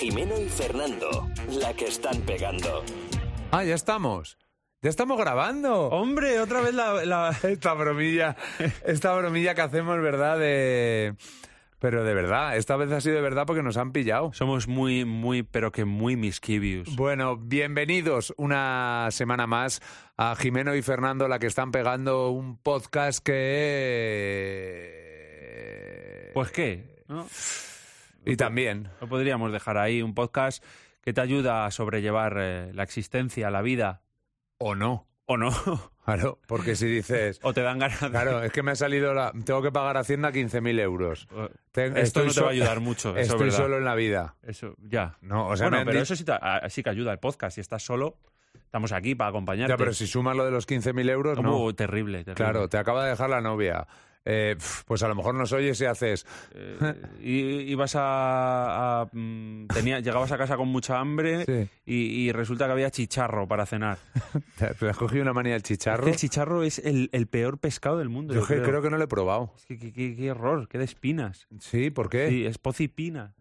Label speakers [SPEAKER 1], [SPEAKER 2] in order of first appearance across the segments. [SPEAKER 1] Jimeno y Fernando, la que están pegando.
[SPEAKER 2] Ah, ya estamos. Ya estamos grabando.
[SPEAKER 3] Hombre, otra vez la... la-
[SPEAKER 2] Esta bromilla, esta bromilla que hacemos, ¿verdad? De... Pero de verdad, esta vez ha sido de verdad porque nos han pillado.
[SPEAKER 3] Somos muy, muy, pero que muy misquibius.
[SPEAKER 2] Bueno, bienvenidos una semana más a Jimeno y Fernando, la que están pegando un podcast que...
[SPEAKER 3] Pues qué, ¿no?
[SPEAKER 2] Y también,
[SPEAKER 3] Lo podríamos dejar ahí, un podcast que te ayuda a sobrellevar eh, la existencia, la vida,
[SPEAKER 2] o no.
[SPEAKER 3] o no,
[SPEAKER 2] Claro, porque si dices...
[SPEAKER 3] o te dan ganas de...
[SPEAKER 2] Claro, es que me ha salido la... Tengo que pagar a Hacienda 15.000 euros.
[SPEAKER 3] Eh,
[SPEAKER 2] Te-
[SPEAKER 3] Esto no te
[SPEAKER 2] so-
[SPEAKER 3] va a ayudar mucho, eso es
[SPEAKER 2] Estoy
[SPEAKER 3] verdad.
[SPEAKER 2] solo en la vida.
[SPEAKER 3] Eso, ya.
[SPEAKER 2] No, o sea, me
[SPEAKER 3] bueno,
[SPEAKER 2] han
[SPEAKER 3] pero
[SPEAKER 2] di-
[SPEAKER 3] eso sí, te- a- sí que ayuda el podcast. Si estás solo, estamos aquí para acompañarte.
[SPEAKER 2] Ya, pero si sumas lo de los 15.000 euros, no.
[SPEAKER 3] Uh, terrible, terrible.
[SPEAKER 2] Claro, te acaba de dejar la novia. Eh, pf, pues a lo mejor nos oyes y haces.
[SPEAKER 3] Eh, i- ibas a, a, mm, tenía, llegabas a casa con mucha hambre
[SPEAKER 2] Sí.
[SPEAKER 3] y, y resulta que había chicharro para cenar.
[SPEAKER 2] Te te has cogido una manía del chicharro.
[SPEAKER 3] El chicharro es el, el peor pescado del mundo.
[SPEAKER 2] Yo que- creo. que no lo he probado.
[SPEAKER 3] Es que- que- que- qué error, qué de espinas.
[SPEAKER 2] Sí, ¿por qué?
[SPEAKER 3] Sí, es pocipina.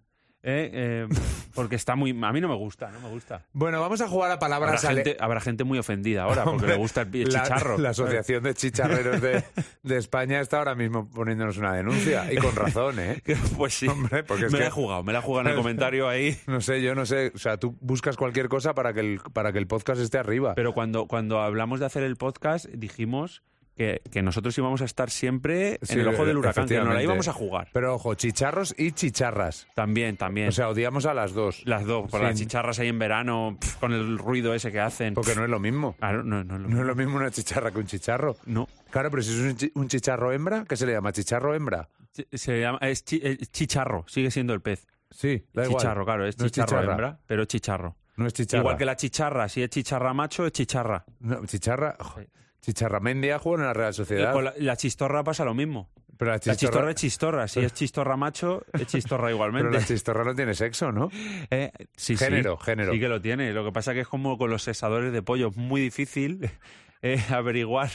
[SPEAKER 3] Eh, eh, porque está muy. A mí no me gusta, no me gusta.
[SPEAKER 2] Bueno, vamos a jugar a
[SPEAKER 3] Habrá
[SPEAKER 2] palabras ale-
[SPEAKER 3] gente, habrá gente muy ofendida ahora porque
[SPEAKER 2] Hombre,
[SPEAKER 3] le gusta el, pi- el
[SPEAKER 2] la,
[SPEAKER 3] chicharro.
[SPEAKER 2] La Asociación de Chicharreros de, de España está ahora mismo poniéndonos una denuncia. Y con razón, ¿eh?
[SPEAKER 3] Pues sí.
[SPEAKER 2] Hombre, porque es
[SPEAKER 3] me la
[SPEAKER 2] que-
[SPEAKER 3] he jugado, me la he jugado en el comentario ahí.
[SPEAKER 2] No sé, yo no sé. O sea, tú buscas cualquier cosa para que el, para que el podcast esté arriba.
[SPEAKER 3] Pero cuando, cuando hablamos de hacer el podcast, dijimos que, que nosotros íbamos a estar siempre
[SPEAKER 2] Sí,
[SPEAKER 3] en el ojo del huracán, que no la
[SPEAKER 2] efectivamente.
[SPEAKER 3] íbamos a jugar.
[SPEAKER 2] Pero ojo, chicharros y chicharras.
[SPEAKER 3] También, también.
[SPEAKER 2] O sea, odiamos a las dos.
[SPEAKER 3] las dos, con
[SPEAKER 2] Sí.
[SPEAKER 3] las chicharras ahí en verano, pf, con el ruido ese que hacen.
[SPEAKER 2] Porque no es lo mismo.
[SPEAKER 3] Ah, no, no, no, no.
[SPEAKER 2] No es lo mismo una chicharra que un chicharro.
[SPEAKER 3] No.
[SPEAKER 2] Claro, pero si es un, chi- un chicharro hembra, ¿qué se le llama? ¿Chicharro hembra?
[SPEAKER 3] Ch- Se llama, es chi- eh, chicharro, sigue siendo el pez.
[SPEAKER 2] Sí, da igual.
[SPEAKER 3] chicharro, claro, es
[SPEAKER 2] No es
[SPEAKER 3] chicharro
[SPEAKER 2] chicharra.
[SPEAKER 3] hembra, pero es chicharro.
[SPEAKER 2] No es chicharra.
[SPEAKER 3] Igual que la chicharra, si es chicharra macho, es chicharra.
[SPEAKER 2] No, chicharra... jo,
[SPEAKER 3] Sí.
[SPEAKER 2] Chicharramendia jugó en la Real
[SPEAKER 3] Y
[SPEAKER 2] Sociedad.
[SPEAKER 3] con la, la chistorra pasa lo mismo.
[SPEAKER 2] Pero la
[SPEAKER 3] La chistorra
[SPEAKER 2] chistorra...
[SPEAKER 3] es chistorra, si es chistorra macho, es chistorra
[SPEAKER 2] pero
[SPEAKER 3] igualmente.
[SPEAKER 2] la chistorra no tiene sexo, ¿no?
[SPEAKER 3] Eh, sí, sí.
[SPEAKER 2] Género, género.
[SPEAKER 3] Sí que lo tiene. Lo que pasa que es como con los cesadores de pollo. Es muy difícil eh, averiguar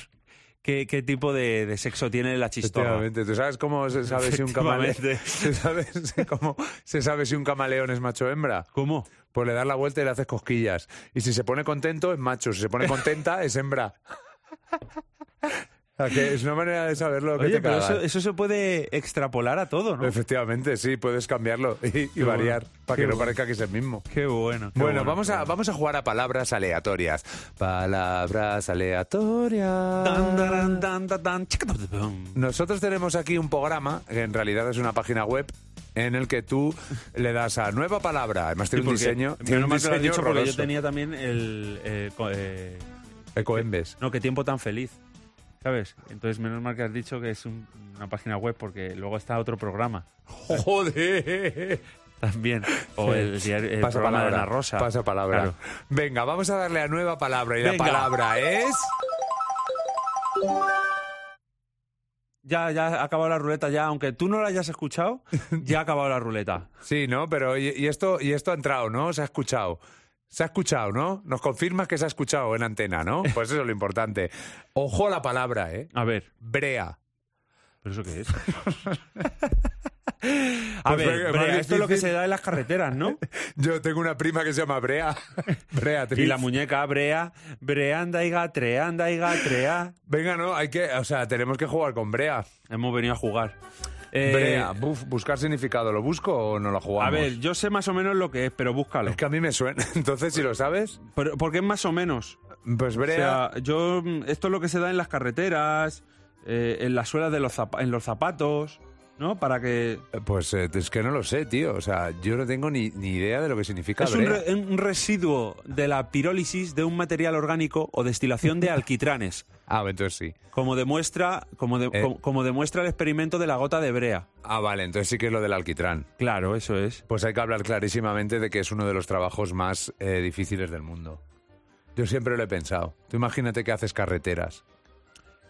[SPEAKER 3] qué, qué tipo de, de sexo tiene la chistorra.
[SPEAKER 2] Efectivamente. ¿Tú sabes cómo se sabe si un camaleón...
[SPEAKER 3] Efectivamente.
[SPEAKER 2] ¿Se sabe, cómo se sabe si un camaleón es macho o hembra?
[SPEAKER 3] ¿Cómo?
[SPEAKER 2] Pues le das la vuelta y le haces cosquillas. Y si se pone contento, es macho. Si se pone contenta, es hembra. O sea, que es una manera de saberlo que
[SPEAKER 3] Oye,
[SPEAKER 2] te
[SPEAKER 3] pero
[SPEAKER 2] cagas.
[SPEAKER 3] eso, eso se puede extrapolar a todo, ¿no?
[SPEAKER 2] Efectivamente, sí, puedes cambiarlo y, y
[SPEAKER 3] bueno,
[SPEAKER 2] variar para
[SPEAKER 3] qué
[SPEAKER 2] que no
[SPEAKER 3] bueno.
[SPEAKER 2] parezca que es el mismo.
[SPEAKER 3] Qué bueno. qué
[SPEAKER 2] Bueno, vamos, a, vamos a jugar a palabras aleatorias. Palabras aleatorias.
[SPEAKER 3] Tan, taran, tan, ta, tan, chica, ta, ta, pum.
[SPEAKER 2] Nosotros tenemos aquí un programa, que en realidad es una página web, en el que tú le das a nueva palabra. Además tiene
[SPEAKER 3] Sí,
[SPEAKER 2] un
[SPEAKER 3] porque-
[SPEAKER 2] diseño,
[SPEAKER 3] menos
[SPEAKER 2] tiene un
[SPEAKER 3] mal que lo has
[SPEAKER 2] diseño
[SPEAKER 3] dicho porque yo
[SPEAKER 2] horroroso.
[SPEAKER 3] tenía también el... eh, co- eh,
[SPEAKER 2] Ecoembes.
[SPEAKER 3] no, qué tiempo tan feliz. ¿Sabes? Entonces, menos mal que has dicho que es un- una página web porque luego está otro programa.
[SPEAKER 2] ¡Joder!
[SPEAKER 3] También. O el, diario- el
[SPEAKER 2] Pasa
[SPEAKER 3] programa
[SPEAKER 2] palabra.
[SPEAKER 3] de Ana Rosa.
[SPEAKER 2] Pasa palabra.
[SPEAKER 3] Claro.
[SPEAKER 2] Venga, vamos a darle a nueva palabra. Y la
[SPEAKER 3] Venga.
[SPEAKER 2] palabra es...
[SPEAKER 3] Ya, ya ha acabado la ruleta, ya, aunque tú no la hayas escuchado, ya ha acabado la ruleta.
[SPEAKER 2] Sí, ¿no? Pero y, y esto, y esto ha entrado, ¿no? Se ha escuchado. Se ha escuchado, ¿no? Nos confirmas que se ha escuchado en antena, ¿no? Pues eso es lo importante. Ojo a la palabra, ¿eh?
[SPEAKER 3] A ver,
[SPEAKER 2] Brea.
[SPEAKER 3] ¿pero eso qué es? A
[SPEAKER 2] Pues
[SPEAKER 3] ver,
[SPEAKER 2] venga,
[SPEAKER 3] brea,
[SPEAKER 2] vale,
[SPEAKER 3] esto es lo que
[SPEAKER 2] difícil.
[SPEAKER 3] se da en las carreteras, ¿no?
[SPEAKER 2] Yo tengo una prima que se llama Brea. Brea,
[SPEAKER 3] Y la
[SPEAKER 2] Triz.
[SPEAKER 3] muñeca, brea, breanda y gatreanda y gatrea.
[SPEAKER 2] Venga, no, hay que, o sea, tenemos que jugar con Brea.
[SPEAKER 3] Hemos venido a jugar. Eh,
[SPEAKER 2] Brea, buf, buscar significado. ¿Lo busco o no lo jugamos?
[SPEAKER 3] A ver, yo sé más o menos lo que es, pero búscalo.
[SPEAKER 2] Es que a mí me suena. Entonces, si lo sabes,
[SPEAKER 3] Pero- porque es más o menos.
[SPEAKER 2] pues
[SPEAKER 3] O
[SPEAKER 2] Brea.
[SPEAKER 3] sea, yo. mm, Esto es lo que se da en las carreteras, eh, en las suelas de los, zapa- en los zapatos, ¿no? Para que.
[SPEAKER 2] Pues eh, es que no lo sé, tío. O sea, yo no tengo ni, ni idea de lo que significa
[SPEAKER 3] Es un,
[SPEAKER 2] Brea.
[SPEAKER 3] re- un residuo de la pirólisis de un material orgánico o destilación de alquitranes,
[SPEAKER 2] Ah, entonces sí.
[SPEAKER 3] como demuestra, como, de-
[SPEAKER 2] Eh.
[SPEAKER 3] como, como demuestra el experimento de la gota de brea.
[SPEAKER 2] Ah, vale, entonces sí que es lo del alquitrán.
[SPEAKER 3] Claro, eso es.
[SPEAKER 2] Pues hay que hablar clarísimamente de que es uno de los trabajos más eh, difíciles del mundo. Yo siempre lo he pensado. Tú imagínate que haces carreteras.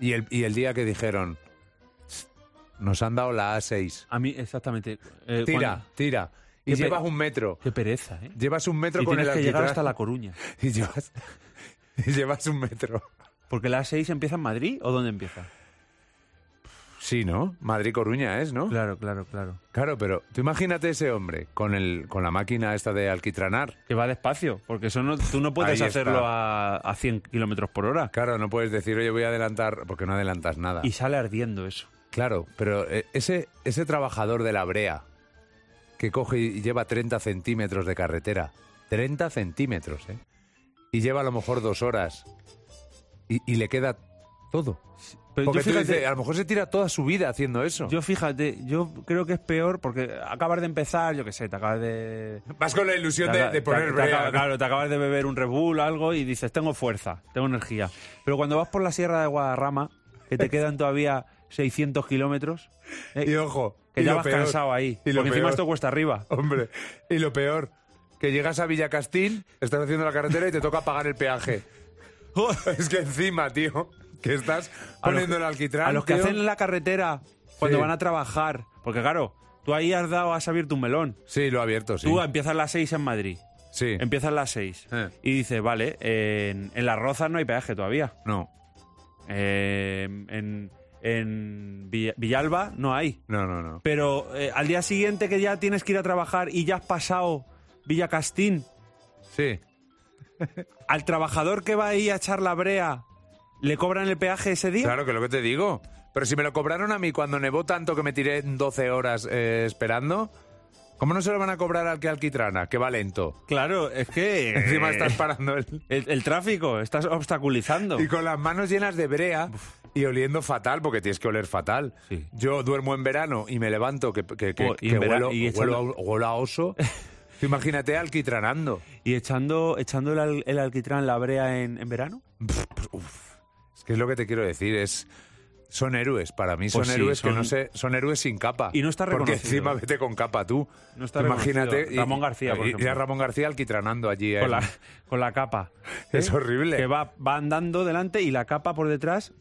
[SPEAKER 2] Y el, y el día que dijeron, "Tss, nos han dado la A6.
[SPEAKER 3] A mí, exactamente. eh,
[SPEAKER 2] Tira,
[SPEAKER 3] cuando-
[SPEAKER 2] tira. Y
[SPEAKER 3] Qué pe-
[SPEAKER 2] llevas un metro.
[SPEAKER 3] Qué pereza, ¿eh?
[SPEAKER 2] Llevas un metro
[SPEAKER 3] Y
[SPEAKER 2] con
[SPEAKER 3] tienes
[SPEAKER 2] el
[SPEAKER 3] que llegar
[SPEAKER 2] alquitrán.
[SPEAKER 3] hasta La Coruña.
[SPEAKER 2] Y llevas, y llevas un metro.
[SPEAKER 3] Porque la A6 empieza en Madrid o dónde empieza?
[SPEAKER 2] Sí, ¿no? Madrid-Coruña es, ¿no?
[SPEAKER 3] Claro, claro, claro.
[SPEAKER 2] Claro, pero tú imagínate ese hombre con, el, con la máquina esta de alquitranar.
[SPEAKER 3] Que va despacio, porque eso no, tú no puedes
[SPEAKER 2] Ahí
[SPEAKER 3] hacerlo
[SPEAKER 2] está.
[SPEAKER 3] a, a 100 kilómetros por hora.
[SPEAKER 2] Claro, no puedes decir, oye, voy a adelantar, porque no adelantas nada.
[SPEAKER 3] Y sale ardiendo eso.
[SPEAKER 2] Claro, pero eh, ese, ese trabajador de la brea que coge y lleva 30 centímetros de carretera, 30 centímetros, ¿eh? Y lleva a lo mejor dos horas y, y le queda todo.
[SPEAKER 3] Pero
[SPEAKER 2] Porque
[SPEAKER 3] yo,
[SPEAKER 2] tú
[SPEAKER 3] fíjate,
[SPEAKER 2] dices, ah, a lo mejor se tira toda su vida haciendo eso.
[SPEAKER 3] yo fíjate, yo creo que es peor porque acabas de empezar, yo qué sé, te acabas de...
[SPEAKER 2] Vas con la ilusión de,
[SPEAKER 3] Te-
[SPEAKER 2] de
[SPEAKER 3] te-
[SPEAKER 2] poner
[SPEAKER 3] te
[SPEAKER 2] brea,
[SPEAKER 3] acaba-
[SPEAKER 2] ¿no?
[SPEAKER 3] Claro, te acabas de beber un Red Bull o algo y dices, tengo fuerza, tengo energía. Pero cuando vas por la sierra de Guadarrama, que te quedan todavía 600 kilómetros, eh,
[SPEAKER 2] Y ojo,
[SPEAKER 3] que
[SPEAKER 2] y
[SPEAKER 3] ya
[SPEAKER 2] lo
[SPEAKER 3] vas
[SPEAKER 2] peor,
[SPEAKER 3] cansado ahí.
[SPEAKER 2] y
[SPEAKER 3] Porque
[SPEAKER 2] lo
[SPEAKER 3] encima
[SPEAKER 2] peor.
[SPEAKER 3] esto cuesta arriba.
[SPEAKER 2] Hombre, y lo peor, que llegas a Villacastín, estás haciendo la carretera y te toca pagar el peaje. es que encima, tío, que estás
[SPEAKER 3] A los
[SPEAKER 2] poniendo
[SPEAKER 3] que-
[SPEAKER 2] el alquitrán.
[SPEAKER 3] A los que
[SPEAKER 2] tío.
[SPEAKER 3] hacen la carretera cuando
[SPEAKER 2] Sí.
[SPEAKER 3] van a trabajar. Porque claro, tú ahí has dado, has abierto un melón.
[SPEAKER 2] Sí, lo ha abierto, sí.
[SPEAKER 3] Tú empiezas a las 6 en Madrid.
[SPEAKER 2] Sí.
[SPEAKER 3] Empiezas a las 6.
[SPEAKER 2] Eh.
[SPEAKER 3] Y dices, vale, en, en Las Rozas no hay peaje todavía.
[SPEAKER 2] No,
[SPEAKER 3] Eh, en en Villa- Villalba no hay.
[SPEAKER 2] no, no, no.
[SPEAKER 3] Pero eh, al día siguiente que ya tienes que ir a trabajar y ya has pasado Villacastín,
[SPEAKER 2] Sí.
[SPEAKER 3] al trabajador que va ahí a echar la brea, ¿le cobran el peaje ese día?
[SPEAKER 2] Claro que lo que te digo. Pero si me lo cobraron a mí cuando nevó tanto que me tiré 12 horas eh, esperando, ¿cómo no se lo van a cobrar al que alquitrana? Que va lento.
[SPEAKER 3] Claro, es que... eh,
[SPEAKER 2] Encima estás parando el...
[SPEAKER 3] El, el tráfico, estás obstaculizando.
[SPEAKER 2] Y con las manos llenas de brea y oliendo fatal, porque tienes que oler fatal.
[SPEAKER 3] Sí.
[SPEAKER 2] Yo duermo en verano y me levanto que, que, que-
[SPEAKER 3] Oh, y
[SPEAKER 2] que
[SPEAKER 3] en vera-
[SPEAKER 2] huelo,
[SPEAKER 3] y
[SPEAKER 2] huelo
[SPEAKER 3] echando-
[SPEAKER 2] a, huelo a oso. Tú Imagínate alquitranando.
[SPEAKER 3] ¿Y echando, echando el, al- el alquitrán, la brea en, en verano?
[SPEAKER 2] Es que es lo que te quiero decir, es... Son héroes, para mí son
[SPEAKER 3] Pues sí,
[SPEAKER 2] héroes
[SPEAKER 3] son-
[SPEAKER 2] que no sé, son héroes sin capa.
[SPEAKER 3] Y no está
[SPEAKER 2] Porque
[SPEAKER 3] reconocido.
[SPEAKER 2] encima vete con capa tú.
[SPEAKER 3] No está
[SPEAKER 2] Tú Imagínate
[SPEAKER 3] reconocido. Ramón García, por
[SPEAKER 2] y- y a
[SPEAKER 3] ejemplo.
[SPEAKER 2] Ramón García alquitranando allí. en-
[SPEAKER 3] Con la, con la capa. ¿eh?
[SPEAKER 2] Es horrible.
[SPEAKER 3] Que va, va andando delante y la capa por detrás,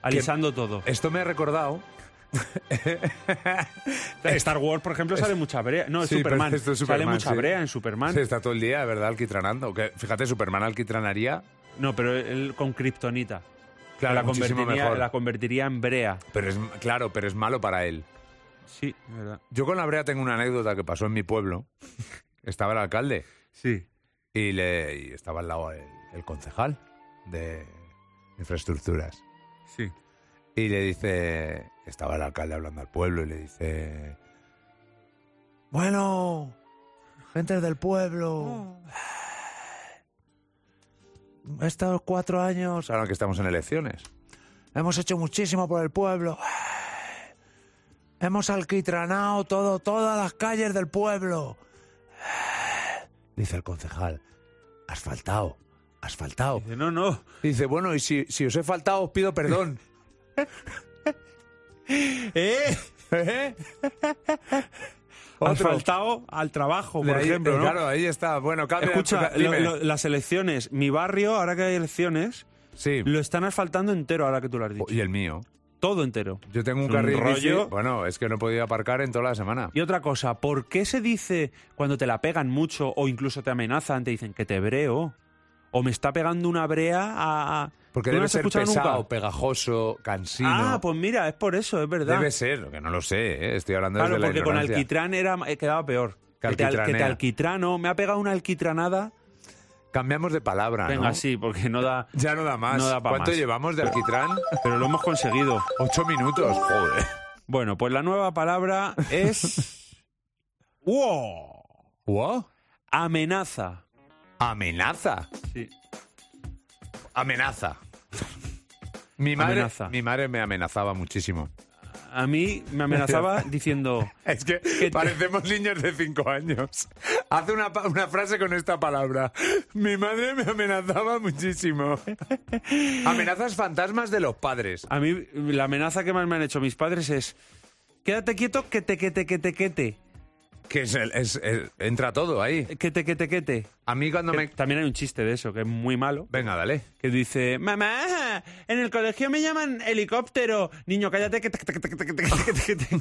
[SPEAKER 3] alisando todo.
[SPEAKER 2] Esto me ha recordado
[SPEAKER 3] Star Wars, por ejemplo, sale mucha brea. No, es
[SPEAKER 2] Sí, pero
[SPEAKER 3] Superman.
[SPEAKER 2] esto es
[SPEAKER 3] Sale
[SPEAKER 2] Superman,
[SPEAKER 3] mucha
[SPEAKER 2] sí.
[SPEAKER 3] brea en Superman.
[SPEAKER 2] Se está todo el día, ¿verdad? Alquitranando. Que, fíjate, Superman alquitranaría.
[SPEAKER 3] No, pero él con Kryptonita.
[SPEAKER 2] Claro,
[SPEAKER 3] la
[SPEAKER 2] muchísimo
[SPEAKER 3] convertiría,
[SPEAKER 2] mejor.
[SPEAKER 3] la convertiría en brea.
[SPEAKER 2] Pero es, claro, pero es malo para él.
[SPEAKER 3] Sí, verdad.
[SPEAKER 2] Yo con la brea tengo una anécdota que pasó en mi pueblo. Estaba el alcalde
[SPEAKER 3] Sí.
[SPEAKER 2] y, le, y estaba al lado el, el concejal de infraestructuras.
[SPEAKER 3] Sí.
[SPEAKER 2] Y le dice, estaba el alcalde hablando al pueblo y le dice, bueno, gente del
[SPEAKER 3] Oh.
[SPEAKER 2] pueblo, estos cuatro años, ahora que estamos en elecciones, hemos hecho muchísimo por el pueblo, hemos alquitranado todo, todas las calles del pueblo. Dice el concejal, asfaltado, asfaltado.
[SPEAKER 3] Dice, no, no.
[SPEAKER 2] Dice, bueno, y si, si os he faltado, os pido perdón.
[SPEAKER 3] ¿Eh?
[SPEAKER 2] ¿Eh?
[SPEAKER 3] Has
[SPEAKER 2] Otro.
[SPEAKER 3] faltado al trabajo, por
[SPEAKER 2] Ahí- eh,
[SPEAKER 3] ejemplo, ¿no?
[SPEAKER 2] Claro, ahí está. Bueno, cambia.
[SPEAKER 3] Escucha, lo-
[SPEAKER 2] dime.
[SPEAKER 3] lo- las elecciones, mi barrio, ahora que hay elecciones,
[SPEAKER 2] sí. Oh,
[SPEAKER 3] lo están asfaltando entero, ahora que tú lo has dicho.
[SPEAKER 2] Y el mío.
[SPEAKER 3] Todo entero.
[SPEAKER 2] Yo tengo un
[SPEAKER 3] Es un
[SPEAKER 2] carril bici-
[SPEAKER 3] rollo.
[SPEAKER 2] Bueno, es que no he podido aparcar en toda la semana.
[SPEAKER 3] Y otra cosa, ¿por qué se dice cuando te la pegan mucho o incluso te amenazan, te dicen que te breo? O me está pegando una brea a... a-
[SPEAKER 2] Porque
[SPEAKER 3] ¿No lo
[SPEAKER 2] debe
[SPEAKER 3] has
[SPEAKER 2] ser
[SPEAKER 3] escuchado
[SPEAKER 2] pesado,
[SPEAKER 3] nunca?
[SPEAKER 2] pegajoso, cansino.
[SPEAKER 3] Ah, pues mira, es por eso, es verdad.
[SPEAKER 2] debe ser, que no lo sé, ¿eh? estoy hablando
[SPEAKER 3] claro,
[SPEAKER 2] desde
[SPEAKER 3] porque
[SPEAKER 2] la
[SPEAKER 3] con
[SPEAKER 2] ignorancia.
[SPEAKER 3] alquitrán era, eh, quedaba peor.
[SPEAKER 2] Que
[SPEAKER 3] Que te, al- que te
[SPEAKER 2] alquitranea.
[SPEAKER 3] alquitrano, me ha pegado una alquitranada.
[SPEAKER 2] Cambiamos de palabra, Ah, ¿no?
[SPEAKER 3] Venga, sí, porque no da...
[SPEAKER 2] Ya no da más.
[SPEAKER 3] No da pa'
[SPEAKER 2] ¿Cuánto
[SPEAKER 3] más.
[SPEAKER 2] llevamos de alquitrán?
[SPEAKER 3] Pero lo hemos conseguido.
[SPEAKER 2] Ocho minutos, joder.
[SPEAKER 3] Bueno, pues la nueva palabra es. ¡Wow!
[SPEAKER 2] ¿Wow?
[SPEAKER 3] Amenaza.
[SPEAKER 2] Amenaza.
[SPEAKER 3] Sí.
[SPEAKER 2] Amenaza. Mi madre,
[SPEAKER 3] Amenaza.
[SPEAKER 2] mi madre me amenazaba muchísimo.
[SPEAKER 3] A mí me amenazaba diciendo.
[SPEAKER 2] Es que
[SPEAKER 3] te-
[SPEAKER 2] parecemos niños de cinco años. Hace una, pa- una frase con esta palabra. Mi madre me amenazaba muchísimo. Amenazas fantasmas de los padres.
[SPEAKER 3] A mí la amenaza que más me han hecho mis padres es. Quédate quieto, que te, que te, que te, que te.
[SPEAKER 2] Que es el- es- es- entra todo ahí.
[SPEAKER 3] Que te, que te, que te.
[SPEAKER 2] A mí cuando
[SPEAKER 3] Que
[SPEAKER 2] me...
[SPEAKER 3] También hay un chiste de eso, que es muy malo.
[SPEAKER 2] Venga, dale.
[SPEAKER 3] Que dice: Mamá, en el colegio me llaman helicóptero. Niño, cállate, que te, que te, que te, que te, que te, que te.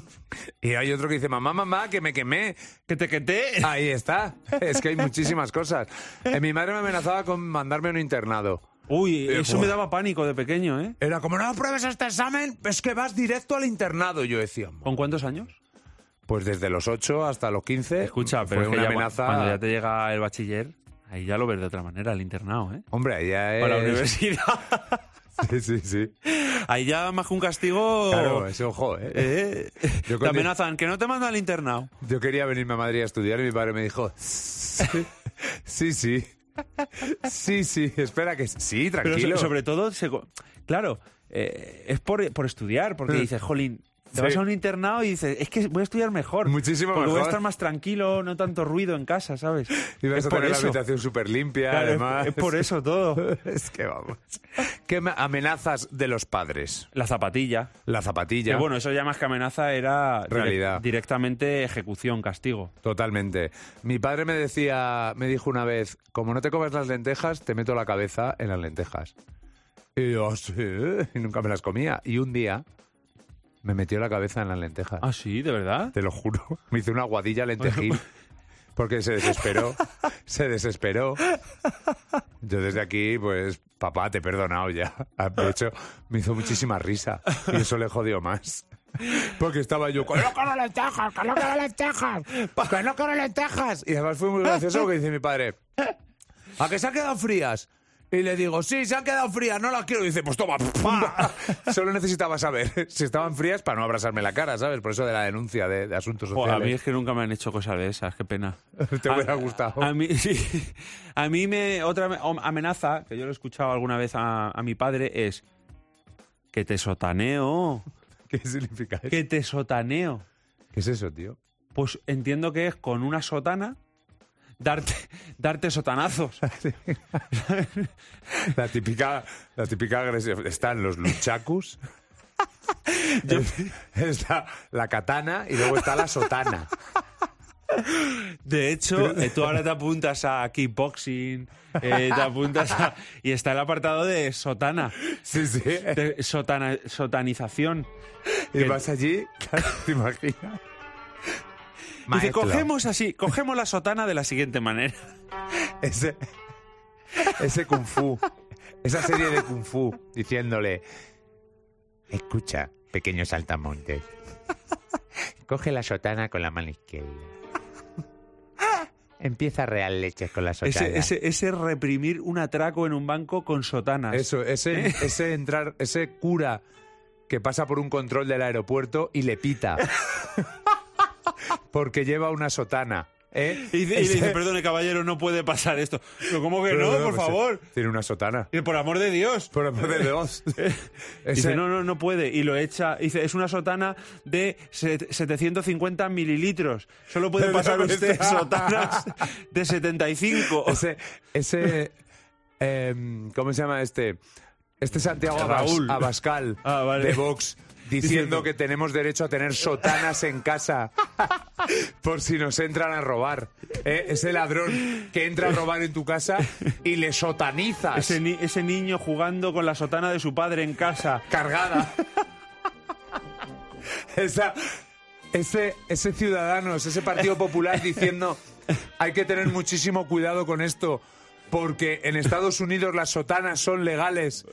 [SPEAKER 2] Y hay otro que dice, mamá, mamá, que me quemé.
[SPEAKER 3] Que te, que te.
[SPEAKER 2] Ahí está. Es que hay muchísimas cosas. Eh, mi madre me amenazaba con mandarme a un internado.
[SPEAKER 3] Uy,
[SPEAKER 2] Eh,
[SPEAKER 3] eso
[SPEAKER 2] buah.
[SPEAKER 3] me daba pánico de pequeño, ¿eh?
[SPEAKER 2] Era como, no apruebes este examen, es que vas directo al internado. Yo decía,
[SPEAKER 3] ¿Con cuántos años?
[SPEAKER 2] pues desde los 8 hasta los 15.
[SPEAKER 3] Escucha,
[SPEAKER 2] fue
[SPEAKER 3] pero es que
[SPEAKER 2] una
[SPEAKER 3] ya cu-
[SPEAKER 2] amenaza.
[SPEAKER 3] cuando ya te llega el bachiller, ahí ya lo ves de otra manera, el internado, ¿eh?
[SPEAKER 2] Hombre, ya es.
[SPEAKER 3] Para la universidad.
[SPEAKER 2] Sí, sí, sí.
[SPEAKER 3] ahí ya más que un castigo.
[SPEAKER 2] Claro, ese ojo, ¿eh?
[SPEAKER 3] Oh. eh,
[SPEAKER 2] Yo
[SPEAKER 3] te
[SPEAKER 2] con-
[SPEAKER 3] amenazan que no te mandan al internado.
[SPEAKER 2] Yo quería venirme a Madrid a estudiar y mi padre me dijo, sí, sí. Sí, sí, espera que... Sí,
[SPEAKER 3] Pero so-
[SPEAKER 2] tranquilo.
[SPEAKER 3] sobre todo, se co- claro, eh, es por, por estudiar, porque
[SPEAKER 2] Mm.
[SPEAKER 3] dices, jolín, te
[SPEAKER 2] Sí.
[SPEAKER 3] vas a un internado y dices, es que voy a estudiar mejor.
[SPEAKER 2] Muchísimo
[SPEAKER 3] porque voy a
[SPEAKER 2] mejor.
[SPEAKER 3] estar más tranquilo, no tanto ruido en casa, ¿sabes?
[SPEAKER 2] Ibas
[SPEAKER 3] es
[SPEAKER 2] a
[SPEAKER 3] por
[SPEAKER 2] tener la
[SPEAKER 3] eso.
[SPEAKER 2] habitación súper limpia,
[SPEAKER 3] Claro, es-
[SPEAKER 2] además.
[SPEAKER 3] es por eso todo.
[SPEAKER 2] es que vamos. ¿Qué ma- amenazas de los padres?
[SPEAKER 3] La zapatilla.
[SPEAKER 2] La zapatilla.
[SPEAKER 3] Que Eh, bueno, eso ya más que amenaza era direc-
[SPEAKER 2] Realidad.
[SPEAKER 3] directamente ejecución, castigo.
[SPEAKER 2] Totalmente. Mi padre me decía, me dijo una vez, como no te comes las lentejas, te meto la cabeza en las lentejas. Y yo, "Ah, sí", y nunca me las comía. Y un día me metió la cabeza en las lentejas.
[SPEAKER 3] Ah, sí, de verdad.
[SPEAKER 2] Te lo juro. Me hizo una guadilla lentejil. Porque se desesperó. Se desesperó. Yo desde aquí, pues, papá, te he perdonado ya. De hecho, me hizo muchísima risa. Y eso le jodió más. Porque estaba yo, ¡que no quiero lentejas! ¡Que no quiero lentejas! ¡Que no quiero lentejas! Y además fue muy gracioso lo que dice mi padre. ¿A que se han quedado frías? Y le digo, sí, se han quedado frías, no las quiero. Y dice, pues toma, pa. Solo necesitaba saber si estaban frías para no abrasarme la cara, ¿sabes? Por eso de la denuncia de, de asuntos
[SPEAKER 3] Jo, a mí
[SPEAKER 2] sociales.
[SPEAKER 3] es que nunca me han hecho cosas de esas, qué pena.
[SPEAKER 2] Te
[SPEAKER 3] A-
[SPEAKER 2] hubiera gustado.
[SPEAKER 3] A mí, sí. A mí me, otra me- om- amenaza, que yo lo he escuchado alguna vez a, a mi padre, es que te sotaneo,
[SPEAKER 2] ¿Qué significa eso?
[SPEAKER 3] que te sotaneo.
[SPEAKER 2] ¿Qué es eso, tío?
[SPEAKER 3] Pues entiendo que es con una sotana darte, darte sotanazos.
[SPEAKER 2] La típica, la típica agresión. Están los luchacus. Está la katana y luego está la sotana.
[SPEAKER 3] De hecho, eh, tú ahora te apuntas a kickboxing, eh, te apuntas a... Y está el apartado de sotana,
[SPEAKER 2] Sí, sí.
[SPEAKER 3] de sotana, sotanización.
[SPEAKER 2] Y vas allí, ¿te imaginas?
[SPEAKER 3] Dice,
[SPEAKER 2] Maestro.
[SPEAKER 3] cogemos así, cogemos la sotana de la siguiente manera.
[SPEAKER 2] ese, ese kung fu, esa serie de kung fu, diciéndole, escucha, pequeño saltamontes, coge la sotana con la mano izquierda. Empieza a real leches con la sotana.
[SPEAKER 3] Ese, ese, ese reprimir un atraco en un banco con sotanas.
[SPEAKER 2] Eso, ese, ese entrar, ese cura que pasa por un control del aeropuerto y le pita. Porque lleva una sotana. ¿eh?
[SPEAKER 3] Y, dice- y le
[SPEAKER 2] Ese-
[SPEAKER 3] dice, perdone, caballero, no puede pasar esto. Pero, ¿cómo que no? Por
[SPEAKER 2] pues,
[SPEAKER 3] favor.
[SPEAKER 2] Tiene una sotana.
[SPEAKER 3] Y, Por amor de Dios.
[SPEAKER 2] Por amor de Dios.
[SPEAKER 3] Dice,
[SPEAKER 2] Ese-
[SPEAKER 3] no, no, no puede. Y lo echa. Dice, es una sotana de set- 750 mililitros. Solo pueden pasar
[SPEAKER 2] Debe
[SPEAKER 3] ustedes
[SPEAKER 2] estar.
[SPEAKER 3] sotanas de 75.
[SPEAKER 2] Ese, ese em, ¿cómo se llama este? Este Santiago Abas-
[SPEAKER 3] Raúl.
[SPEAKER 2] Abascal
[SPEAKER 3] Ah, vale.
[SPEAKER 2] de Vox diciendo que tenemos derecho a tener sotanas en casa por si nos entran a robar. ¿Eh? Ese ladrón que entra a robar en tu casa y le sotanizas
[SPEAKER 3] Ese, ni- ese niño jugando con la sotana de su padre en casa.
[SPEAKER 2] cargada. Esa- ese, ese Ciudadanos, ese Partido Popular diciendo hay que tener muchísimo cuidado con esto porque en Estados Unidos las sotanas son legales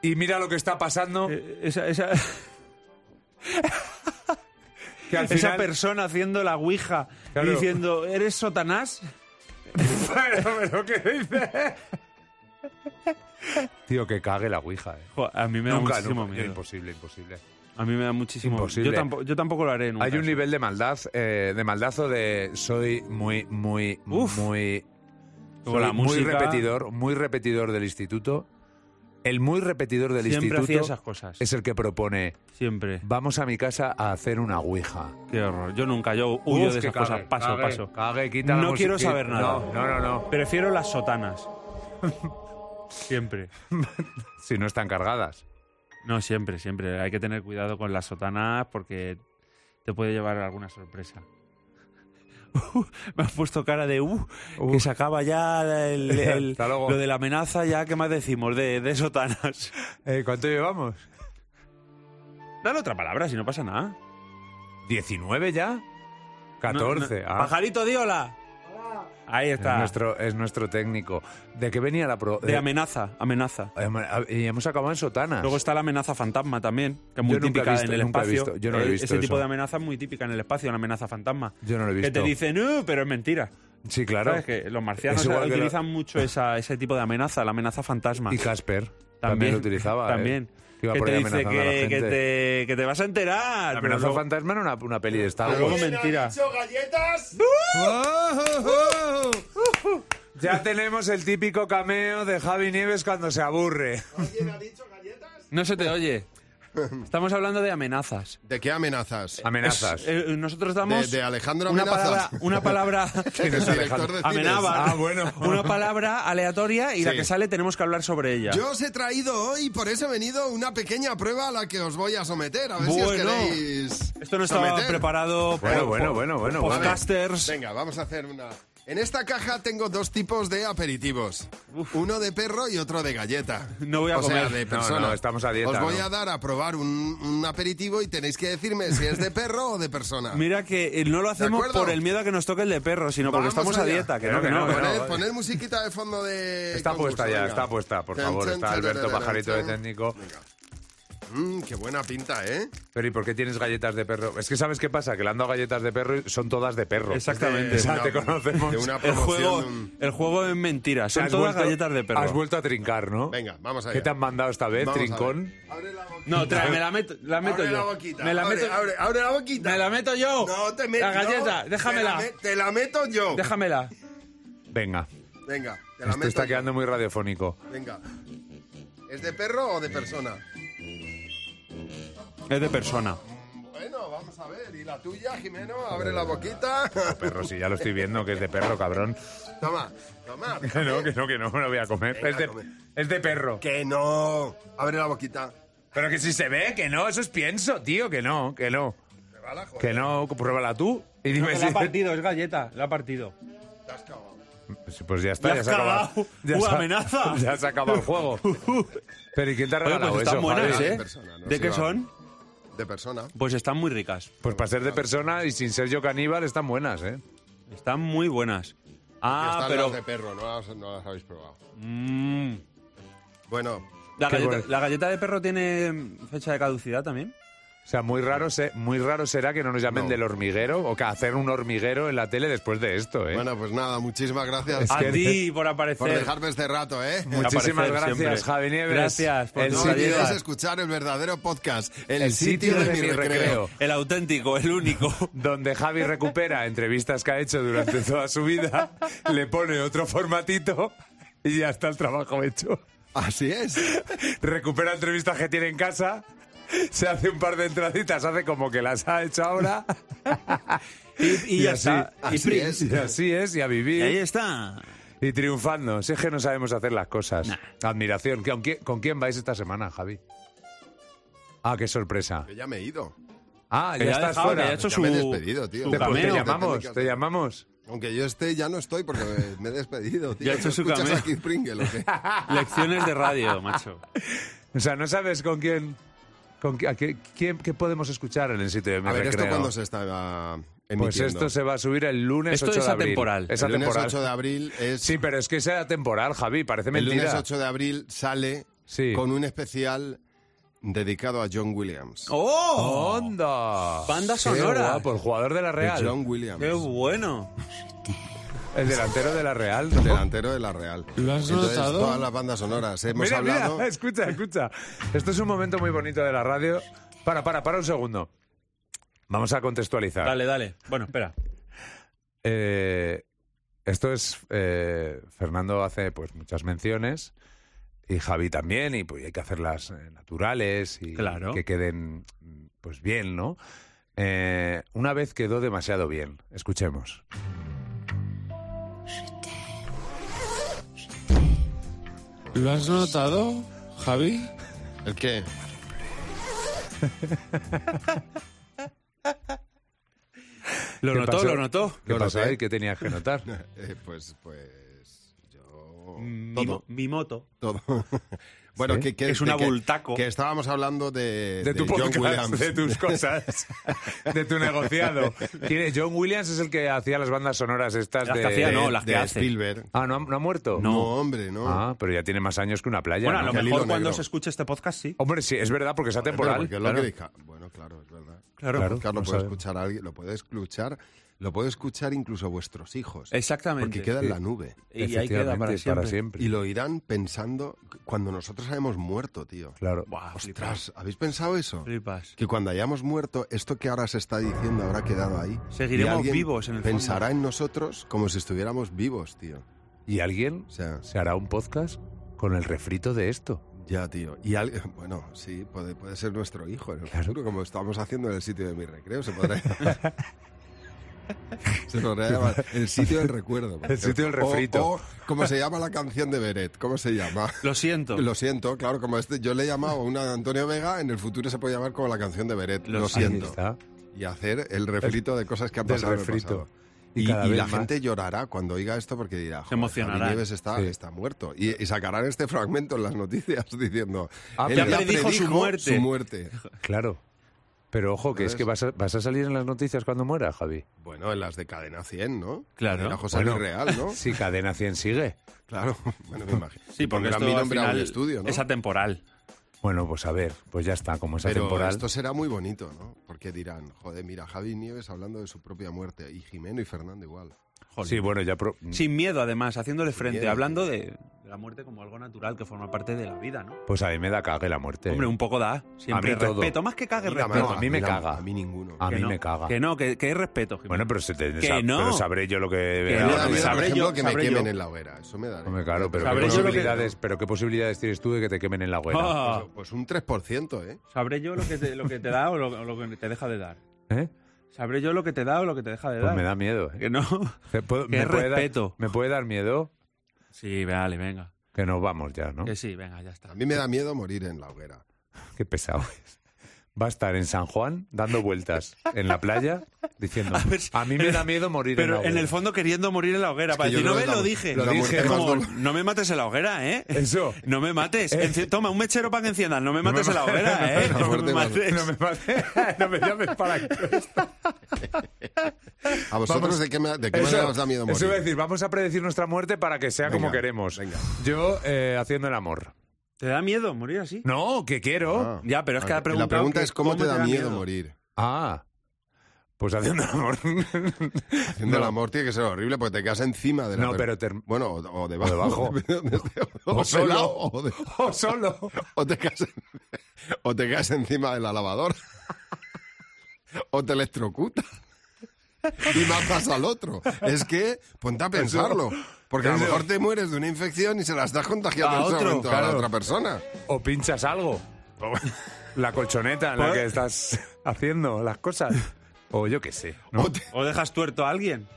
[SPEAKER 2] y mira lo que está pasando
[SPEAKER 3] Eh, Esa, esa,
[SPEAKER 2] que al
[SPEAKER 3] esa
[SPEAKER 2] final...
[SPEAKER 3] persona haciendo la ouija
[SPEAKER 2] Claro.
[SPEAKER 3] diciendo, ¿eres sotanás?
[SPEAKER 2] Pero, pero, ¿qué dice? Tío, que cague la Ouija. eh.
[SPEAKER 3] Jo, A mí me da
[SPEAKER 2] Nunca,
[SPEAKER 3] muchísimo
[SPEAKER 2] nunca. Yo,
[SPEAKER 3] miedo.
[SPEAKER 2] Imposible, imposible.
[SPEAKER 3] A mí me da muchísimo
[SPEAKER 2] Imposible.
[SPEAKER 3] Yo tampoco, yo tampoco lo haré nunca.
[SPEAKER 2] Hay un
[SPEAKER 3] eso.
[SPEAKER 2] nivel de maldad, eh, de maldazo de soy muy, muy,
[SPEAKER 3] Uf.
[SPEAKER 2] muy...
[SPEAKER 3] Luego la
[SPEAKER 2] soy muy
[SPEAKER 3] música.
[SPEAKER 2] repetidor, muy repetidor del instituto. El muy repetidor del
[SPEAKER 3] Siempre hacía
[SPEAKER 2] instituto
[SPEAKER 3] esas cosas.
[SPEAKER 2] es el que propone,
[SPEAKER 3] Siempre.
[SPEAKER 2] vamos a mi casa a hacer una ouija.
[SPEAKER 3] Qué horror. Yo nunca, yo huyo
[SPEAKER 2] Uf,
[SPEAKER 3] de
[SPEAKER 2] que
[SPEAKER 3] esas
[SPEAKER 2] cague,
[SPEAKER 3] cosas. Paso,
[SPEAKER 2] cague,
[SPEAKER 3] paso.
[SPEAKER 2] cague, quita la
[SPEAKER 3] No quiero
[SPEAKER 2] musiquita.
[SPEAKER 3] saber nada.
[SPEAKER 2] No, no, no. no.
[SPEAKER 3] Prefiero las sotanas. siempre.
[SPEAKER 2] Si no están cargadas.
[SPEAKER 3] No, siempre, siempre. Hay que tener cuidado con las sotanas porque te puede llevar a alguna sorpresa. Uh, me has puesto cara de uh, que se acaba ya el- el-
[SPEAKER 2] Hasta luego.
[SPEAKER 3] lo de la amenaza ya ¿qué más decimos de, de sotanas
[SPEAKER 2] Eh, ¿Cuánto llevamos?
[SPEAKER 3] dale otra palabra si no pasa nada
[SPEAKER 2] ¿19 ya?
[SPEAKER 3] No, no.
[SPEAKER 2] 14. ah.
[SPEAKER 3] Pajarito diola. Ahí
[SPEAKER 2] Es
[SPEAKER 3] está.
[SPEAKER 2] nuestro, eh, es nuestro técnico. ¿De qué venía la pro?
[SPEAKER 3] De
[SPEAKER 2] de-
[SPEAKER 3] amenaza, amenaza.
[SPEAKER 2] Am- Eh, ah, Y hemos acabado en sotanas.
[SPEAKER 3] Luego está la amenaza fantasma también, que es muy
[SPEAKER 2] Yo nunca he
[SPEAKER 3] típica
[SPEAKER 2] visto-
[SPEAKER 3] en el
[SPEAKER 2] nunca he
[SPEAKER 3] espacio.
[SPEAKER 2] visto- yo no lo he
[SPEAKER 3] Eh,
[SPEAKER 2] visto
[SPEAKER 3] Ese tipo
[SPEAKER 2] eso.
[SPEAKER 3] de amenaza es muy típica en el espacio, la amenaza fantasma.
[SPEAKER 2] Yo no lo he
[SPEAKER 3] Que
[SPEAKER 2] visto.
[SPEAKER 3] te dicen, "Uh, pero es mentira.
[SPEAKER 2] Sí, claro.
[SPEAKER 3] ¿Sabes? Que los marcianos
[SPEAKER 2] Es igual que lo-
[SPEAKER 3] utilizan mucho esa- ese tipo de amenaza, la amenaza fantasma.
[SPEAKER 2] Y Casper también, lo utilizaba. ¿eh?
[SPEAKER 3] También.
[SPEAKER 2] Que iba
[SPEAKER 3] Que
[SPEAKER 2] por
[SPEAKER 3] te
[SPEAKER 2] ahí
[SPEAKER 3] dice
[SPEAKER 2] amenazando a la
[SPEAKER 3] que, que
[SPEAKER 2] gente.
[SPEAKER 3] te, que te vas a enterar.
[SPEAKER 2] La
[SPEAKER 3] pero
[SPEAKER 2] amenaza
[SPEAKER 3] luego-
[SPEAKER 2] fantasma era una, una peli de Star
[SPEAKER 3] Pero luego
[SPEAKER 4] Pues,
[SPEAKER 2] Wars.
[SPEAKER 3] mentira.
[SPEAKER 5] galletas?
[SPEAKER 2] Ya tenemos el típico cameo de Javi Nieves cuando se aburre.
[SPEAKER 5] ¿Alguien ha dicho galletas?
[SPEAKER 3] No se te oye. Estamos hablando de amenazas.
[SPEAKER 4] ¿De qué amenazas?
[SPEAKER 2] Amenazas.
[SPEAKER 3] Es- eh, nosotros damos
[SPEAKER 4] De- de Alejandro
[SPEAKER 3] una
[SPEAKER 4] Amenazas.
[SPEAKER 3] palabra, una palabra
[SPEAKER 2] ¿Quién es
[SPEAKER 4] El director
[SPEAKER 2] Alejandro?
[SPEAKER 4] de cines.
[SPEAKER 3] amenaba,
[SPEAKER 2] Ah, bueno.
[SPEAKER 3] una palabra aleatoria y la
[SPEAKER 4] Sí.
[SPEAKER 3] que sale tenemos que hablar sobre ella.
[SPEAKER 4] Yo os he traído hoy, por eso he venido, una pequeña prueba a la que os voy a someter. A ver si os
[SPEAKER 3] Bueno.
[SPEAKER 4] queréis.
[SPEAKER 3] Esto no estaba
[SPEAKER 4] someter.
[SPEAKER 3] preparado.
[SPEAKER 2] Bueno,
[SPEAKER 3] por-
[SPEAKER 2] bueno, bueno,
[SPEAKER 3] por-
[SPEAKER 2] bueno,
[SPEAKER 3] por
[SPEAKER 2] bueno.
[SPEAKER 3] Podcasters.
[SPEAKER 4] Venga, vamos a hacer una. En esta caja tengo dos tipos de aperitivos: uno de perro y otro de galleta.
[SPEAKER 3] No voy a
[SPEAKER 4] o
[SPEAKER 3] comer.
[SPEAKER 4] Sea, de
[SPEAKER 2] No,
[SPEAKER 4] persona.
[SPEAKER 2] no, estamos a dieta,
[SPEAKER 4] Os voy
[SPEAKER 2] ¿no?
[SPEAKER 4] a dar a probar un, un aperitivo y tenéis que decirme si es de perro o de persona.
[SPEAKER 3] Mira que eh, no lo hacemos
[SPEAKER 4] acuerdo?
[SPEAKER 3] por el miedo a que nos toque el de perro, sino porque
[SPEAKER 4] Vamos
[SPEAKER 3] estamos a
[SPEAKER 4] allá.
[SPEAKER 3] dieta. Que
[SPEAKER 2] Creo
[SPEAKER 3] no, que
[SPEAKER 2] que no,
[SPEAKER 3] no,
[SPEAKER 2] eh.
[SPEAKER 3] que
[SPEAKER 4] Poner,
[SPEAKER 3] no.
[SPEAKER 4] poner musiquita de fondo de.
[SPEAKER 2] Está
[SPEAKER 4] concurso,
[SPEAKER 2] puesta ya,
[SPEAKER 4] venga.
[SPEAKER 2] está puesta, por
[SPEAKER 4] Chan,
[SPEAKER 2] favor.
[SPEAKER 4] chan,
[SPEAKER 2] Está
[SPEAKER 4] chan,
[SPEAKER 2] Alberto
[SPEAKER 4] chan, chan,
[SPEAKER 2] Pajarito de
[SPEAKER 4] chan.
[SPEAKER 2] técnico.
[SPEAKER 4] Mm, qué buena pinta, ¿eh?
[SPEAKER 2] Pero ¿y por qué tienes galletas de perro? Es que ¿sabes qué pasa? Que le han dado galletas de perro y son todas de perro.
[SPEAKER 3] Exactamente.
[SPEAKER 2] O sea,
[SPEAKER 4] una-
[SPEAKER 2] te conocemos.
[SPEAKER 4] de una
[SPEAKER 3] El
[SPEAKER 4] promoción.
[SPEAKER 3] juego,
[SPEAKER 4] de un-
[SPEAKER 3] el juego es mentira. Son
[SPEAKER 2] Has
[SPEAKER 3] todas
[SPEAKER 2] vuelto-
[SPEAKER 3] galletas de perro.
[SPEAKER 2] Has vuelto a trincar, ¿no?
[SPEAKER 4] Venga, vamos allá.
[SPEAKER 2] ¿Qué te han mandado esta vez,
[SPEAKER 4] Vamos a ver.
[SPEAKER 2] trincón?
[SPEAKER 4] Abre la boquita.
[SPEAKER 3] No, trae, me la meto, la meto
[SPEAKER 4] abre
[SPEAKER 3] yo.
[SPEAKER 4] la boquita.
[SPEAKER 3] Me la
[SPEAKER 4] abre,
[SPEAKER 3] meto,
[SPEAKER 4] abre, abre la boquita.
[SPEAKER 3] me la meto yo.
[SPEAKER 4] No te meto.
[SPEAKER 3] La galleta, déjamela.
[SPEAKER 4] Te la, me- te la meto yo.
[SPEAKER 3] Déjamela.
[SPEAKER 2] Venga.
[SPEAKER 4] Venga, te la
[SPEAKER 2] Esto
[SPEAKER 4] meto.
[SPEAKER 2] está
[SPEAKER 4] yo.
[SPEAKER 2] quedando muy radiofónico.
[SPEAKER 4] Venga. ¿Es de perro o de persona?
[SPEAKER 3] Es de persona.
[SPEAKER 4] Bueno, vamos a ver. ¿Y la tuya, Jimeno? Abre la boquita.
[SPEAKER 2] Perro, sí, ya lo estoy viendo, que es de perro, cabrón.
[SPEAKER 4] toma, toma.
[SPEAKER 2] Que no, que no, que no me lo voy a comer.
[SPEAKER 4] Venga,
[SPEAKER 2] es, de,
[SPEAKER 4] come.
[SPEAKER 2] es de perro.
[SPEAKER 4] Que no. Abre la boquita.
[SPEAKER 2] Pero que si se ve, que no, eso es pienso, tío, que no, que no.
[SPEAKER 4] Me va la joder.
[SPEAKER 2] Que no, pruébala tú y dime si...
[SPEAKER 3] es galleta, la ha partido.
[SPEAKER 4] Te has cagado.
[SPEAKER 2] Pues- Pues ya está,
[SPEAKER 3] La
[SPEAKER 2] ya
[SPEAKER 3] has
[SPEAKER 2] se acaba.
[SPEAKER 3] cagado.
[SPEAKER 2] Ya
[SPEAKER 3] ¡Uh,
[SPEAKER 2] se ha-
[SPEAKER 3] amenaza!
[SPEAKER 2] Ya se acaba el juego. Pero ¿y quién te ha
[SPEAKER 3] Oye,
[SPEAKER 2] regalado
[SPEAKER 3] pues están
[SPEAKER 2] eso,
[SPEAKER 3] buenas,
[SPEAKER 2] Javi?
[SPEAKER 3] ¿eh?
[SPEAKER 4] De persona, no
[SPEAKER 3] ¿De
[SPEAKER 4] se
[SPEAKER 3] qué
[SPEAKER 4] va.
[SPEAKER 3] son?
[SPEAKER 4] De persona.
[SPEAKER 3] Pues están muy ricas.
[SPEAKER 2] Pues para ser de persona y sin ser yo caníbal están buenas, ¿eh?
[SPEAKER 3] Están muy buenas. Ah,
[SPEAKER 4] Están
[SPEAKER 3] pero.
[SPEAKER 4] las de perro, no las, no las habéis probado.
[SPEAKER 3] Mm.
[SPEAKER 4] Bueno,
[SPEAKER 3] La
[SPEAKER 2] Qué
[SPEAKER 3] galleta,
[SPEAKER 2] bueno.
[SPEAKER 3] la galleta de perro tiene fecha de caducidad también.
[SPEAKER 2] O sea, muy raro, se- muy raro será que no nos llamen
[SPEAKER 4] No.
[SPEAKER 2] del hormiguero o que hacer un hormiguero en la tele después de esto, ¿eh?
[SPEAKER 4] bueno, pues nada, muchísimas gracias
[SPEAKER 2] Es
[SPEAKER 3] A
[SPEAKER 2] que-
[SPEAKER 3] ti por
[SPEAKER 4] por
[SPEAKER 3] aparecer.
[SPEAKER 4] dejarme este rato, ¿eh?
[SPEAKER 2] Muchísimas
[SPEAKER 3] aparecer
[SPEAKER 2] gracias,
[SPEAKER 3] siempre.
[SPEAKER 2] Javi Nieves.
[SPEAKER 3] Gracias por
[SPEAKER 2] el
[SPEAKER 4] No
[SPEAKER 3] tu
[SPEAKER 2] sitio-
[SPEAKER 4] olvides
[SPEAKER 3] variedad.
[SPEAKER 4] escuchar el verdadero podcast, El, sitio, de, mi recreo.
[SPEAKER 3] El auténtico, el único.
[SPEAKER 2] donde Javi recupera entrevistas que ha hecho durante toda su vida, le pone otro formatito y ya está el trabajo hecho.
[SPEAKER 4] Así es.
[SPEAKER 2] Recupera entrevistas que tiene en casa, se hace un par de entraditas, hace como que las ha hecho ahora
[SPEAKER 3] Y, y
[SPEAKER 2] Y
[SPEAKER 3] ya
[SPEAKER 2] así-
[SPEAKER 3] está. Y
[SPEAKER 4] así
[SPEAKER 3] pri-
[SPEAKER 4] es.
[SPEAKER 2] y así es, y a
[SPEAKER 3] y ahí
[SPEAKER 2] vivir
[SPEAKER 3] está.
[SPEAKER 2] y triunfando. Si es que no sabemos hacer las cosas. Admiración. ¿Con quién, ¿Con quién vais esta semana, Javi? Ah, qué sorpresa.
[SPEAKER 4] Yo ya me he ido.
[SPEAKER 2] Ah, ya,
[SPEAKER 3] Que ya ha
[SPEAKER 2] estás
[SPEAKER 3] dejado,
[SPEAKER 2] fuera.
[SPEAKER 3] que ya ha hecho
[SPEAKER 4] Ya
[SPEAKER 3] su.
[SPEAKER 4] me he despedido, tío.
[SPEAKER 3] su
[SPEAKER 4] Te-
[SPEAKER 2] Te- pues te
[SPEAKER 3] cameo.
[SPEAKER 2] llamamos, te llamamos.
[SPEAKER 4] Aunque yo esté, ya no estoy porque me, me he despedido, tío.
[SPEAKER 3] Ya ha hecho
[SPEAKER 4] ¿No
[SPEAKER 3] su
[SPEAKER 4] escuchas
[SPEAKER 3] cameo.
[SPEAKER 4] a Keith Pringle o qué?
[SPEAKER 3] Lecciones de radio, macho.
[SPEAKER 2] O sea, no sabes con quién. Con qui- a qué, quién- qué podemos escuchar en el sitio de mi
[SPEAKER 4] A ver, ¿esto
[SPEAKER 2] recreo?
[SPEAKER 4] cuándo se está ah, emitiendo?
[SPEAKER 2] Pues esto se va a subir el lunes
[SPEAKER 3] Esto
[SPEAKER 2] 8
[SPEAKER 3] es
[SPEAKER 2] de abril.
[SPEAKER 3] atemporal.
[SPEAKER 2] Es
[SPEAKER 4] El lunes
[SPEAKER 2] atemporal.
[SPEAKER 4] 8 de abril es...
[SPEAKER 2] Sí, pero es que es atemporal, Javi, parece
[SPEAKER 4] el
[SPEAKER 2] mentira.
[SPEAKER 4] lunes 8 de abril sale
[SPEAKER 2] Sí.
[SPEAKER 4] con un especial dedicado a John Williams.
[SPEAKER 3] ¡Oh!
[SPEAKER 2] ¡Onda!
[SPEAKER 3] Banda
[SPEAKER 2] Qué
[SPEAKER 3] sonora.
[SPEAKER 2] guapo, el jugador de la
[SPEAKER 4] De
[SPEAKER 2] Real.
[SPEAKER 4] John Williams.
[SPEAKER 3] Oh, ¡Qué bueno!
[SPEAKER 2] El delantero de la Real.
[SPEAKER 4] delantero de la Real.
[SPEAKER 5] ¿Lo has
[SPEAKER 4] Entonces,
[SPEAKER 5] notado?
[SPEAKER 4] todas las bandas sonoras. Hemos
[SPEAKER 2] mira,
[SPEAKER 4] hablado.
[SPEAKER 2] mira, escucha, escucha. Esto es un momento muy bonito de la radio. Para, para, para un segundo. Vamos a contextualizar.
[SPEAKER 3] Dale, dale. Bueno, espera.
[SPEAKER 2] Eh, esto es. eh, Fernando hace pues muchas menciones. Y Javi también. Y pues hay que hacerlas eh, naturales y
[SPEAKER 3] Claro.
[SPEAKER 2] que queden mm, pues bien, ¿no? Eh, una vez quedó demasiado bien. Escuchemos.
[SPEAKER 5] ¿Lo has notado, Javi?
[SPEAKER 4] ¿El qué?
[SPEAKER 3] Lo
[SPEAKER 2] ¿Qué
[SPEAKER 3] notó,
[SPEAKER 2] pasó?
[SPEAKER 3] lo notó.
[SPEAKER 2] ¿Qué
[SPEAKER 4] Lo
[SPEAKER 2] pasó
[SPEAKER 4] noté.
[SPEAKER 2] ahí? ¿Qué tenías que notar?
[SPEAKER 4] Eh, pues, pues. Yo o
[SPEAKER 3] Mi,
[SPEAKER 4] todo.
[SPEAKER 3] mo- mi moto.
[SPEAKER 4] todo. bueno,
[SPEAKER 2] Sí.
[SPEAKER 4] que, que-
[SPEAKER 3] Es un
[SPEAKER 4] de que-
[SPEAKER 3] abultaco.
[SPEAKER 4] Que, estábamos hablando de,
[SPEAKER 2] De tu
[SPEAKER 4] de John
[SPEAKER 2] podcast,
[SPEAKER 4] Williams.
[SPEAKER 2] de tus cosas, de tu negociado. Tiene- John Williams es el que hacía las bandas sonoras estas
[SPEAKER 3] Las
[SPEAKER 2] de...
[SPEAKER 3] que hacía,
[SPEAKER 4] de-
[SPEAKER 3] no, las que
[SPEAKER 4] de
[SPEAKER 3] hace.
[SPEAKER 4] Spielberg.
[SPEAKER 2] Ah, ¿no ha, no ha muerto?
[SPEAKER 4] No,
[SPEAKER 3] No.
[SPEAKER 4] hombre, no.
[SPEAKER 2] Ah, pero ya tiene más años que una playa,
[SPEAKER 3] bueno, a
[SPEAKER 2] ¿no?
[SPEAKER 3] lo
[SPEAKER 4] El
[SPEAKER 3] mejor
[SPEAKER 4] hilo
[SPEAKER 3] cuando
[SPEAKER 4] negro.
[SPEAKER 3] se escuche este podcast, sí.
[SPEAKER 2] Hombre, sí, es verdad, porque es
[SPEAKER 4] Pero
[SPEAKER 2] atemporal.
[SPEAKER 4] porque es lo
[SPEAKER 2] claro.
[SPEAKER 4] que dije- Bueno, claro, es verdad.
[SPEAKER 3] Claro.
[SPEAKER 2] Claro.
[SPEAKER 4] Carlos,
[SPEAKER 2] no
[SPEAKER 4] puede
[SPEAKER 2] sabemos.
[SPEAKER 4] escuchar a alguien, lo puede escuchar, lo puede escuchar incluso vuestros hijos.
[SPEAKER 3] Exactamente.
[SPEAKER 4] Porque queda en
[SPEAKER 3] Sí.
[SPEAKER 4] la nube.
[SPEAKER 3] Y ahí queda
[SPEAKER 2] Efectivamente,
[SPEAKER 3] para siempre.
[SPEAKER 4] Y lo irán pensando cuando nosotros hayamos muerto, tío.
[SPEAKER 2] Claro.
[SPEAKER 3] Buah, flipas.
[SPEAKER 4] Ostras, ¿habéis pensado eso?
[SPEAKER 3] Flipas.
[SPEAKER 4] Que cuando hayamos muerto, esto que ahora se está diciendo habrá quedado ahí.
[SPEAKER 3] Seguiremos
[SPEAKER 4] Y alguien
[SPEAKER 3] vivos en el fondo.
[SPEAKER 4] Pensará en nosotros como si estuviéramos vivos, tío.
[SPEAKER 2] Y alguien
[SPEAKER 4] O sea,
[SPEAKER 2] se hará un podcast con el refrito de esto.
[SPEAKER 4] ya, tío. Y al- bueno, sí, puede, puede ser nuestro hijo en el
[SPEAKER 2] Claro.
[SPEAKER 4] futuro, como estamos haciendo en el sitio de mi recreo. Se podrá llamar. Se podrá llamar el sitio del recuerdo. por
[SPEAKER 2] El sitio del
[SPEAKER 4] ejemplo. O-
[SPEAKER 2] refrito.
[SPEAKER 4] O, como se llama la canción de Beret. ¿Cómo se llama?
[SPEAKER 3] Lo siento.
[SPEAKER 4] Lo siento, claro, como este, yo le he llamado una de Antonio Vega, en el futuro se puede llamar como la canción de Beret. Lo,
[SPEAKER 3] Lo
[SPEAKER 4] siento.
[SPEAKER 2] Ahí está.
[SPEAKER 4] y hacer el refrito de cosas que han
[SPEAKER 2] Del
[SPEAKER 4] pasado. en el
[SPEAKER 2] refrito.
[SPEAKER 4] pasado.
[SPEAKER 2] Y
[SPEAKER 4] Y,
[SPEAKER 2] cada
[SPEAKER 4] y
[SPEAKER 2] vez
[SPEAKER 4] la
[SPEAKER 2] más.
[SPEAKER 4] gente llorará cuando oiga esto porque dirá, "Joder,
[SPEAKER 3] emocionará".
[SPEAKER 4] Javi Nieves está,
[SPEAKER 2] Sí.
[SPEAKER 4] está muerto. Y, y sacarán este fragmento en las noticias diciendo,
[SPEAKER 2] Ah,
[SPEAKER 4] "Él
[SPEAKER 2] ya
[SPEAKER 3] predijo su muerte".
[SPEAKER 4] su muerte".
[SPEAKER 2] Claro. Pero ojo, que es que vas a, vas a salir en las noticias cuando muera, Javi.
[SPEAKER 4] Bueno, en las de Cadena 100, ¿no?
[SPEAKER 3] Claro.
[SPEAKER 4] Era José
[SPEAKER 2] Bueno.
[SPEAKER 4] Luis Real, ¿no?
[SPEAKER 2] Si Cadena 100 sigue.
[SPEAKER 4] Claro, bueno, me imagino.
[SPEAKER 3] Sí,
[SPEAKER 4] Y
[SPEAKER 3] porque
[SPEAKER 4] pondrán
[SPEAKER 3] esto
[SPEAKER 4] mi
[SPEAKER 3] al
[SPEAKER 4] nombre a un
[SPEAKER 3] final
[SPEAKER 4] estudio, ¿no?
[SPEAKER 3] es atemporal.
[SPEAKER 2] Bueno, pues a ver, pues ya está, como es
[SPEAKER 4] Pero
[SPEAKER 2] atemporal.
[SPEAKER 4] esto será muy bonito, ¿no? Porque dirán, joder, mira, Javi Nieves hablando de su propia muerte y Jimeno y Fernando igual.
[SPEAKER 3] Joder.
[SPEAKER 2] Sí, bueno, ya. pro-
[SPEAKER 3] Sin miedo, además, haciéndole frente,
[SPEAKER 4] miedo.
[SPEAKER 3] hablando de, de la muerte como algo natural que forma parte de la vida, ¿no?
[SPEAKER 2] Pues a mí me da cague la muerte. ¿eh?
[SPEAKER 3] Hombre, un poco da. Siempre
[SPEAKER 2] A mí todo.
[SPEAKER 3] respeto, más Ah, que cague,
[SPEAKER 4] Mira,
[SPEAKER 3] respeto.
[SPEAKER 4] mano,
[SPEAKER 2] a mí me
[SPEAKER 4] la-
[SPEAKER 2] caga.
[SPEAKER 4] A mí ninguno.
[SPEAKER 2] A
[SPEAKER 3] Que
[SPEAKER 2] mí
[SPEAKER 3] no,
[SPEAKER 2] me caga.
[SPEAKER 3] Que no, que, que hay respeto. Jimeno.
[SPEAKER 2] Bueno, pero, se te-
[SPEAKER 3] Que
[SPEAKER 2] sa-
[SPEAKER 3] no.
[SPEAKER 2] pero sabré yo lo que.
[SPEAKER 3] Que
[SPEAKER 4] Me
[SPEAKER 3] no,
[SPEAKER 4] da
[SPEAKER 3] que
[SPEAKER 4] miedo, por
[SPEAKER 3] sabré
[SPEAKER 4] ejemplo,
[SPEAKER 3] yo,
[SPEAKER 4] que me
[SPEAKER 3] sabré
[SPEAKER 4] quemen
[SPEAKER 3] yo.
[SPEAKER 4] en la hoguera. Eso me da.
[SPEAKER 2] Hombre, claro, pero
[SPEAKER 3] Sabré
[SPEAKER 2] ¿qué
[SPEAKER 3] yo lo que-
[SPEAKER 2] posibilidades, pero ¿qué posibilidades tienes tú de que te quemen en la hoguera?
[SPEAKER 3] Ah,
[SPEAKER 4] Pues, pues un 3%, ¿eh?
[SPEAKER 3] sabré yo lo que te, lo que te da o lo, o lo que te deja de dar.
[SPEAKER 2] ¿Eh?
[SPEAKER 3] Sabré yo lo que te da o lo que te deja de
[SPEAKER 2] Pues
[SPEAKER 3] dar.
[SPEAKER 2] me da miedo. ¿eh?
[SPEAKER 3] Que no.
[SPEAKER 2] ¿Te puedo-
[SPEAKER 3] que
[SPEAKER 2] me,
[SPEAKER 3] es
[SPEAKER 2] puede dar,
[SPEAKER 3] respeto.
[SPEAKER 2] ¿Me puede dar miedo?
[SPEAKER 3] Sí, vale, venga.
[SPEAKER 2] Que nos vamos ya, ¿no?
[SPEAKER 3] Que sí, venga, ya está.
[SPEAKER 4] A mí me da miedo morir en la hoguera.
[SPEAKER 2] Qué pesado es. Va a estar en San Juan dando vueltas en la playa diciendo, a,
[SPEAKER 3] A ver si-
[SPEAKER 2] mí me da miedo morir en la
[SPEAKER 3] Pero en
[SPEAKER 2] hoguera".
[SPEAKER 3] el fondo queriendo morir en la hoguera.
[SPEAKER 4] que
[SPEAKER 3] para
[SPEAKER 4] yo
[SPEAKER 3] decir,
[SPEAKER 4] creo
[SPEAKER 3] no
[SPEAKER 4] que
[SPEAKER 3] ve,
[SPEAKER 4] es la
[SPEAKER 3] lo
[SPEAKER 4] mu-
[SPEAKER 3] dije.
[SPEAKER 4] la
[SPEAKER 3] Lo
[SPEAKER 4] muerte
[SPEAKER 3] dije,
[SPEAKER 4] más
[SPEAKER 3] como,
[SPEAKER 4] dolor-
[SPEAKER 3] no me mates en la hoguera, ¿eh?
[SPEAKER 2] Eso.
[SPEAKER 3] No me mates. Enci- Toma, un mechero para que enciendas. No me mates en la hoguera, ¿eh?
[SPEAKER 4] la
[SPEAKER 3] No
[SPEAKER 4] muerte
[SPEAKER 3] me
[SPEAKER 4] más-
[SPEAKER 3] mates.
[SPEAKER 2] No me, no me llames para
[SPEAKER 4] ¿A vosotros
[SPEAKER 2] Vamos.
[SPEAKER 4] de qué, me, de qué
[SPEAKER 2] Eso-
[SPEAKER 4] manera os da miedo
[SPEAKER 2] Eso iba a
[SPEAKER 4] morir?
[SPEAKER 2] decir, vamos a predecir nuestra muerte para que sea
[SPEAKER 4] Venga,
[SPEAKER 2] como queremos.
[SPEAKER 4] venga.
[SPEAKER 2] Yo eh, haciendo el amor.
[SPEAKER 3] ¿Te da miedo morir así?
[SPEAKER 2] No, que quiero.
[SPEAKER 4] Ah.
[SPEAKER 3] Ya, pero es que ha
[SPEAKER 4] la
[SPEAKER 3] preguntado
[SPEAKER 4] pregunta
[SPEAKER 3] que
[SPEAKER 4] es cómo, te da, miedo, morir.
[SPEAKER 2] Ah. Pues haciendo el amor. No.
[SPEAKER 4] Haciendo el amor tiene que ser horrible porque te quedas encima de la
[SPEAKER 2] No,
[SPEAKER 4] per-
[SPEAKER 2] pero ter-
[SPEAKER 4] Bueno, o, o debajo.
[SPEAKER 2] debajo.
[SPEAKER 4] o,
[SPEAKER 2] O solo.
[SPEAKER 4] solo. O, de-
[SPEAKER 2] o solo.
[SPEAKER 4] o te quedas, en- o te quedas encima de la lavadora. o te electrocutas. Y matas al otro. Es que ponte a pensarlo. Porque a lo
[SPEAKER 2] Eso.
[SPEAKER 4] mejor te mueres de una infección y se la estás contagiando
[SPEAKER 3] A
[SPEAKER 4] en ese
[SPEAKER 3] otro,
[SPEAKER 4] momento a la
[SPEAKER 2] claro.
[SPEAKER 4] otra persona.
[SPEAKER 2] O pinchas algo. La colchoneta en la que estás haciendo las cosas. O yo qué sé. ¿no?
[SPEAKER 4] O te-
[SPEAKER 3] ¿O dejas tuerto a alguien?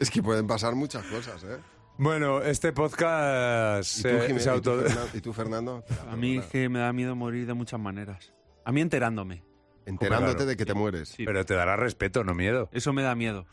[SPEAKER 4] Es que pueden pasar muchas cosas, ¿eh?
[SPEAKER 2] Bueno, este podcast
[SPEAKER 4] ¿Y tú,
[SPEAKER 2] se-
[SPEAKER 4] Jiménez,
[SPEAKER 2] se auto...
[SPEAKER 4] ¿Y tú, Fernan- y tú, Fernando?
[SPEAKER 3] A mí es que me da miedo morir de muchas maneras. A mí enterándome.
[SPEAKER 4] Enterándote
[SPEAKER 2] Claro.
[SPEAKER 4] de que te mueres.
[SPEAKER 3] Sí.
[SPEAKER 2] Pero te dará respeto, no miedo.
[SPEAKER 3] Eso me da miedo.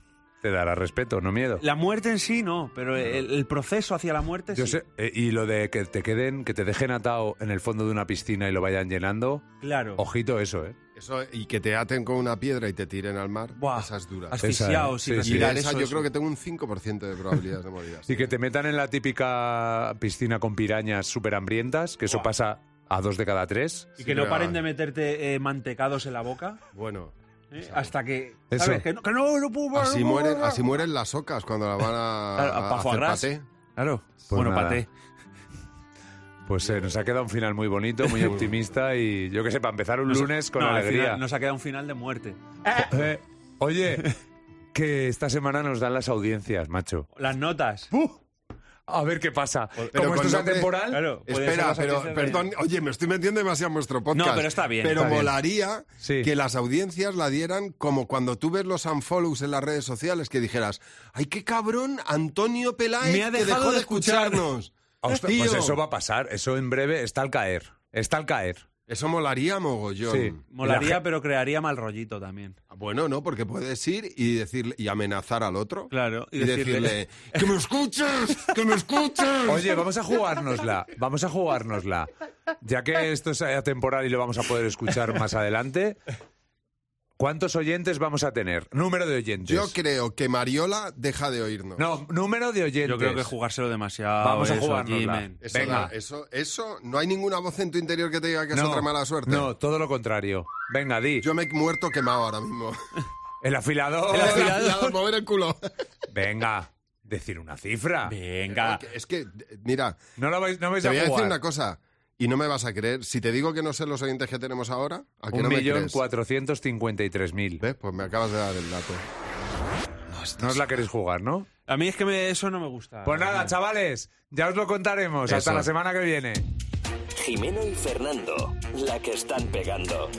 [SPEAKER 2] Te dará respeto, no miedo.
[SPEAKER 3] La muerte en sí no, pero el, el proceso hacia la muerte
[SPEAKER 2] Yo
[SPEAKER 3] sí.
[SPEAKER 2] sé, eh, y lo de que te queden, que te dejen atado en el fondo de una piscina y lo vayan llenando,
[SPEAKER 3] Claro.
[SPEAKER 2] ojito eso, ¿eh?
[SPEAKER 4] Eso, y que te aten con una piedra y te tiren al mar.
[SPEAKER 3] Buah.
[SPEAKER 4] Esa es dura.
[SPEAKER 3] Asfixiado,
[SPEAKER 2] Esa,
[SPEAKER 3] sin
[SPEAKER 2] sí, sí.
[SPEAKER 4] Mira,
[SPEAKER 3] respirar,
[SPEAKER 4] esa
[SPEAKER 3] eso,
[SPEAKER 4] yo
[SPEAKER 3] eso.
[SPEAKER 4] creo que tengo un 5% de probabilidades de morir así. ¿eh?
[SPEAKER 2] Y que te metan en la típica piscina con pirañas súper hambrientas, que eso
[SPEAKER 3] Buah.
[SPEAKER 2] pasa a dos de cada tres.
[SPEAKER 3] Y
[SPEAKER 4] Sí,
[SPEAKER 3] que no
[SPEAKER 4] pero-
[SPEAKER 3] paren de meterte eh, mantecados en la boca
[SPEAKER 4] Bueno,
[SPEAKER 3] ¿eh? hasta que...
[SPEAKER 2] Eso.
[SPEAKER 3] ¿Sabes? Que no, que no, no puedo... no
[SPEAKER 4] así
[SPEAKER 3] puedo,
[SPEAKER 4] mueren,
[SPEAKER 3] no.
[SPEAKER 4] así mueren las ocas cuando la van a,
[SPEAKER 3] Claro, a
[SPEAKER 4] a
[SPEAKER 3] pa' foie
[SPEAKER 4] hacer
[SPEAKER 3] gras.
[SPEAKER 4] paté.
[SPEAKER 3] Claro. bueno,
[SPEAKER 2] nada.
[SPEAKER 3] pate.
[SPEAKER 2] Pues eh, nos ha quedado un final muy bonito, muy optimista y yo que sé, para empezar un lunes con
[SPEAKER 3] No, al
[SPEAKER 2] alegría.
[SPEAKER 3] final nos ha quedado un final de muerte.
[SPEAKER 2] Eh, oye, que esta semana nos dan las audiencias, macho.
[SPEAKER 3] Las notas.
[SPEAKER 2] ¡Buh! A ver qué pasa.
[SPEAKER 4] pero
[SPEAKER 2] Como
[SPEAKER 4] con
[SPEAKER 2] esto es
[SPEAKER 4] nombre-
[SPEAKER 2] atemporal,
[SPEAKER 3] Claro. pueden ser
[SPEAKER 4] Espera,
[SPEAKER 3] las
[SPEAKER 4] pero,
[SPEAKER 3] audiencias de-
[SPEAKER 4] perdón, oye, me estoy metiendo demasiado en vuestro podcast.
[SPEAKER 3] No, pero está bien,
[SPEAKER 4] Pero
[SPEAKER 2] está bien.
[SPEAKER 4] molaría
[SPEAKER 2] Sí.
[SPEAKER 4] que las audiencias la dieran como cuando tú ves los unfollows en las redes sociales, que dijeras, ¡ay, qué cabrón, Antonio Peláez,
[SPEAKER 3] Me ha
[SPEAKER 4] que
[SPEAKER 3] dejado
[SPEAKER 4] dejó de
[SPEAKER 3] de escuchar".
[SPEAKER 2] Ah,
[SPEAKER 4] escucharnos!
[SPEAKER 2] Ostras,
[SPEAKER 4] Tío.
[SPEAKER 2] pues eso va a pasar, eso en breve está al caer, está al caer.
[SPEAKER 4] Eso molaría mogollón.
[SPEAKER 2] Sí. La
[SPEAKER 3] Molaría,
[SPEAKER 2] ge-
[SPEAKER 3] pero crearía mal rollito también.
[SPEAKER 4] Bueno, no, porque puedes ir y decirle y amenazar al otro.
[SPEAKER 3] Claro.
[SPEAKER 4] Y, decirle, ¡que me escuches! ¡Que me escuches!
[SPEAKER 2] Oye, vamos a jugárnosla, vamos a jugárnosla. Ya que esto es atemporal y lo vamos a poder escuchar más adelante, ¿cuántos oyentes vamos a tener? Número de oyentes.
[SPEAKER 4] Yo creo que Mariola deja de oírnos.
[SPEAKER 2] No, número de oyentes.
[SPEAKER 3] Yo creo que jugárselo demasiado.
[SPEAKER 2] Vamos a
[SPEAKER 3] eso,
[SPEAKER 2] jugárnosla.
[SPEAKER 3] Jimen.
[SPEAKER 4] Eso,
[SPEAKER 2] Venga.
[SPEAKER 4] da- eso, eso, no hay ninguna voz en tu interior que te diga que es otra mala suerte.
[SPEAKER 2] No, todo lo contrario. Venga, di.
[SPEAKER 4] Yo me he muerto quemado ahora mismo.
[SPEAKER 2] El afilador.
[SPEAKER 3] El afilador.
[SPEAKER 4] mover el culo.
[SPEAKER 2] Venga, decir una cifra.
[SPEAKER 3] Venga.
[SPEAKER 4] Es que, mira,
[SPEAKER 2] No la vais, no vais
[SPEAKER 4] te voy a
[SPEAKER 2] a
[SPEAKER 4] decir
[SPEAKER 2] jugar.
[SPEAKER 4] una cosa y no me vas a creer. Si te digo que no sé los oyentes que tenemos ahora, ¿a que
[SPEAKER 2] Un
[SPEAKER 4] no me
[SPEAKER 2] millón
[SPEAKER 4] crees?
[SPEAKER 2] cuatrocientos cincuenta y tres mil.
[SPEAKER 4] ¿Ves? Pues me acabas de dar el dato.
[SPEAKER 2] No os la queréis jugar, ¿no?
[SPEAKER 3] A mí es que me- eso Ah, no me gusta.
[SPEAKER 2] Pues nada, chavales, ya os lo contaremos. Hasta
[SPEAKER 4] Eso.
[SPEAKER 2] la semana que viene.
[SPEAKER 1] Jimeno y Fernando, la que están pegando.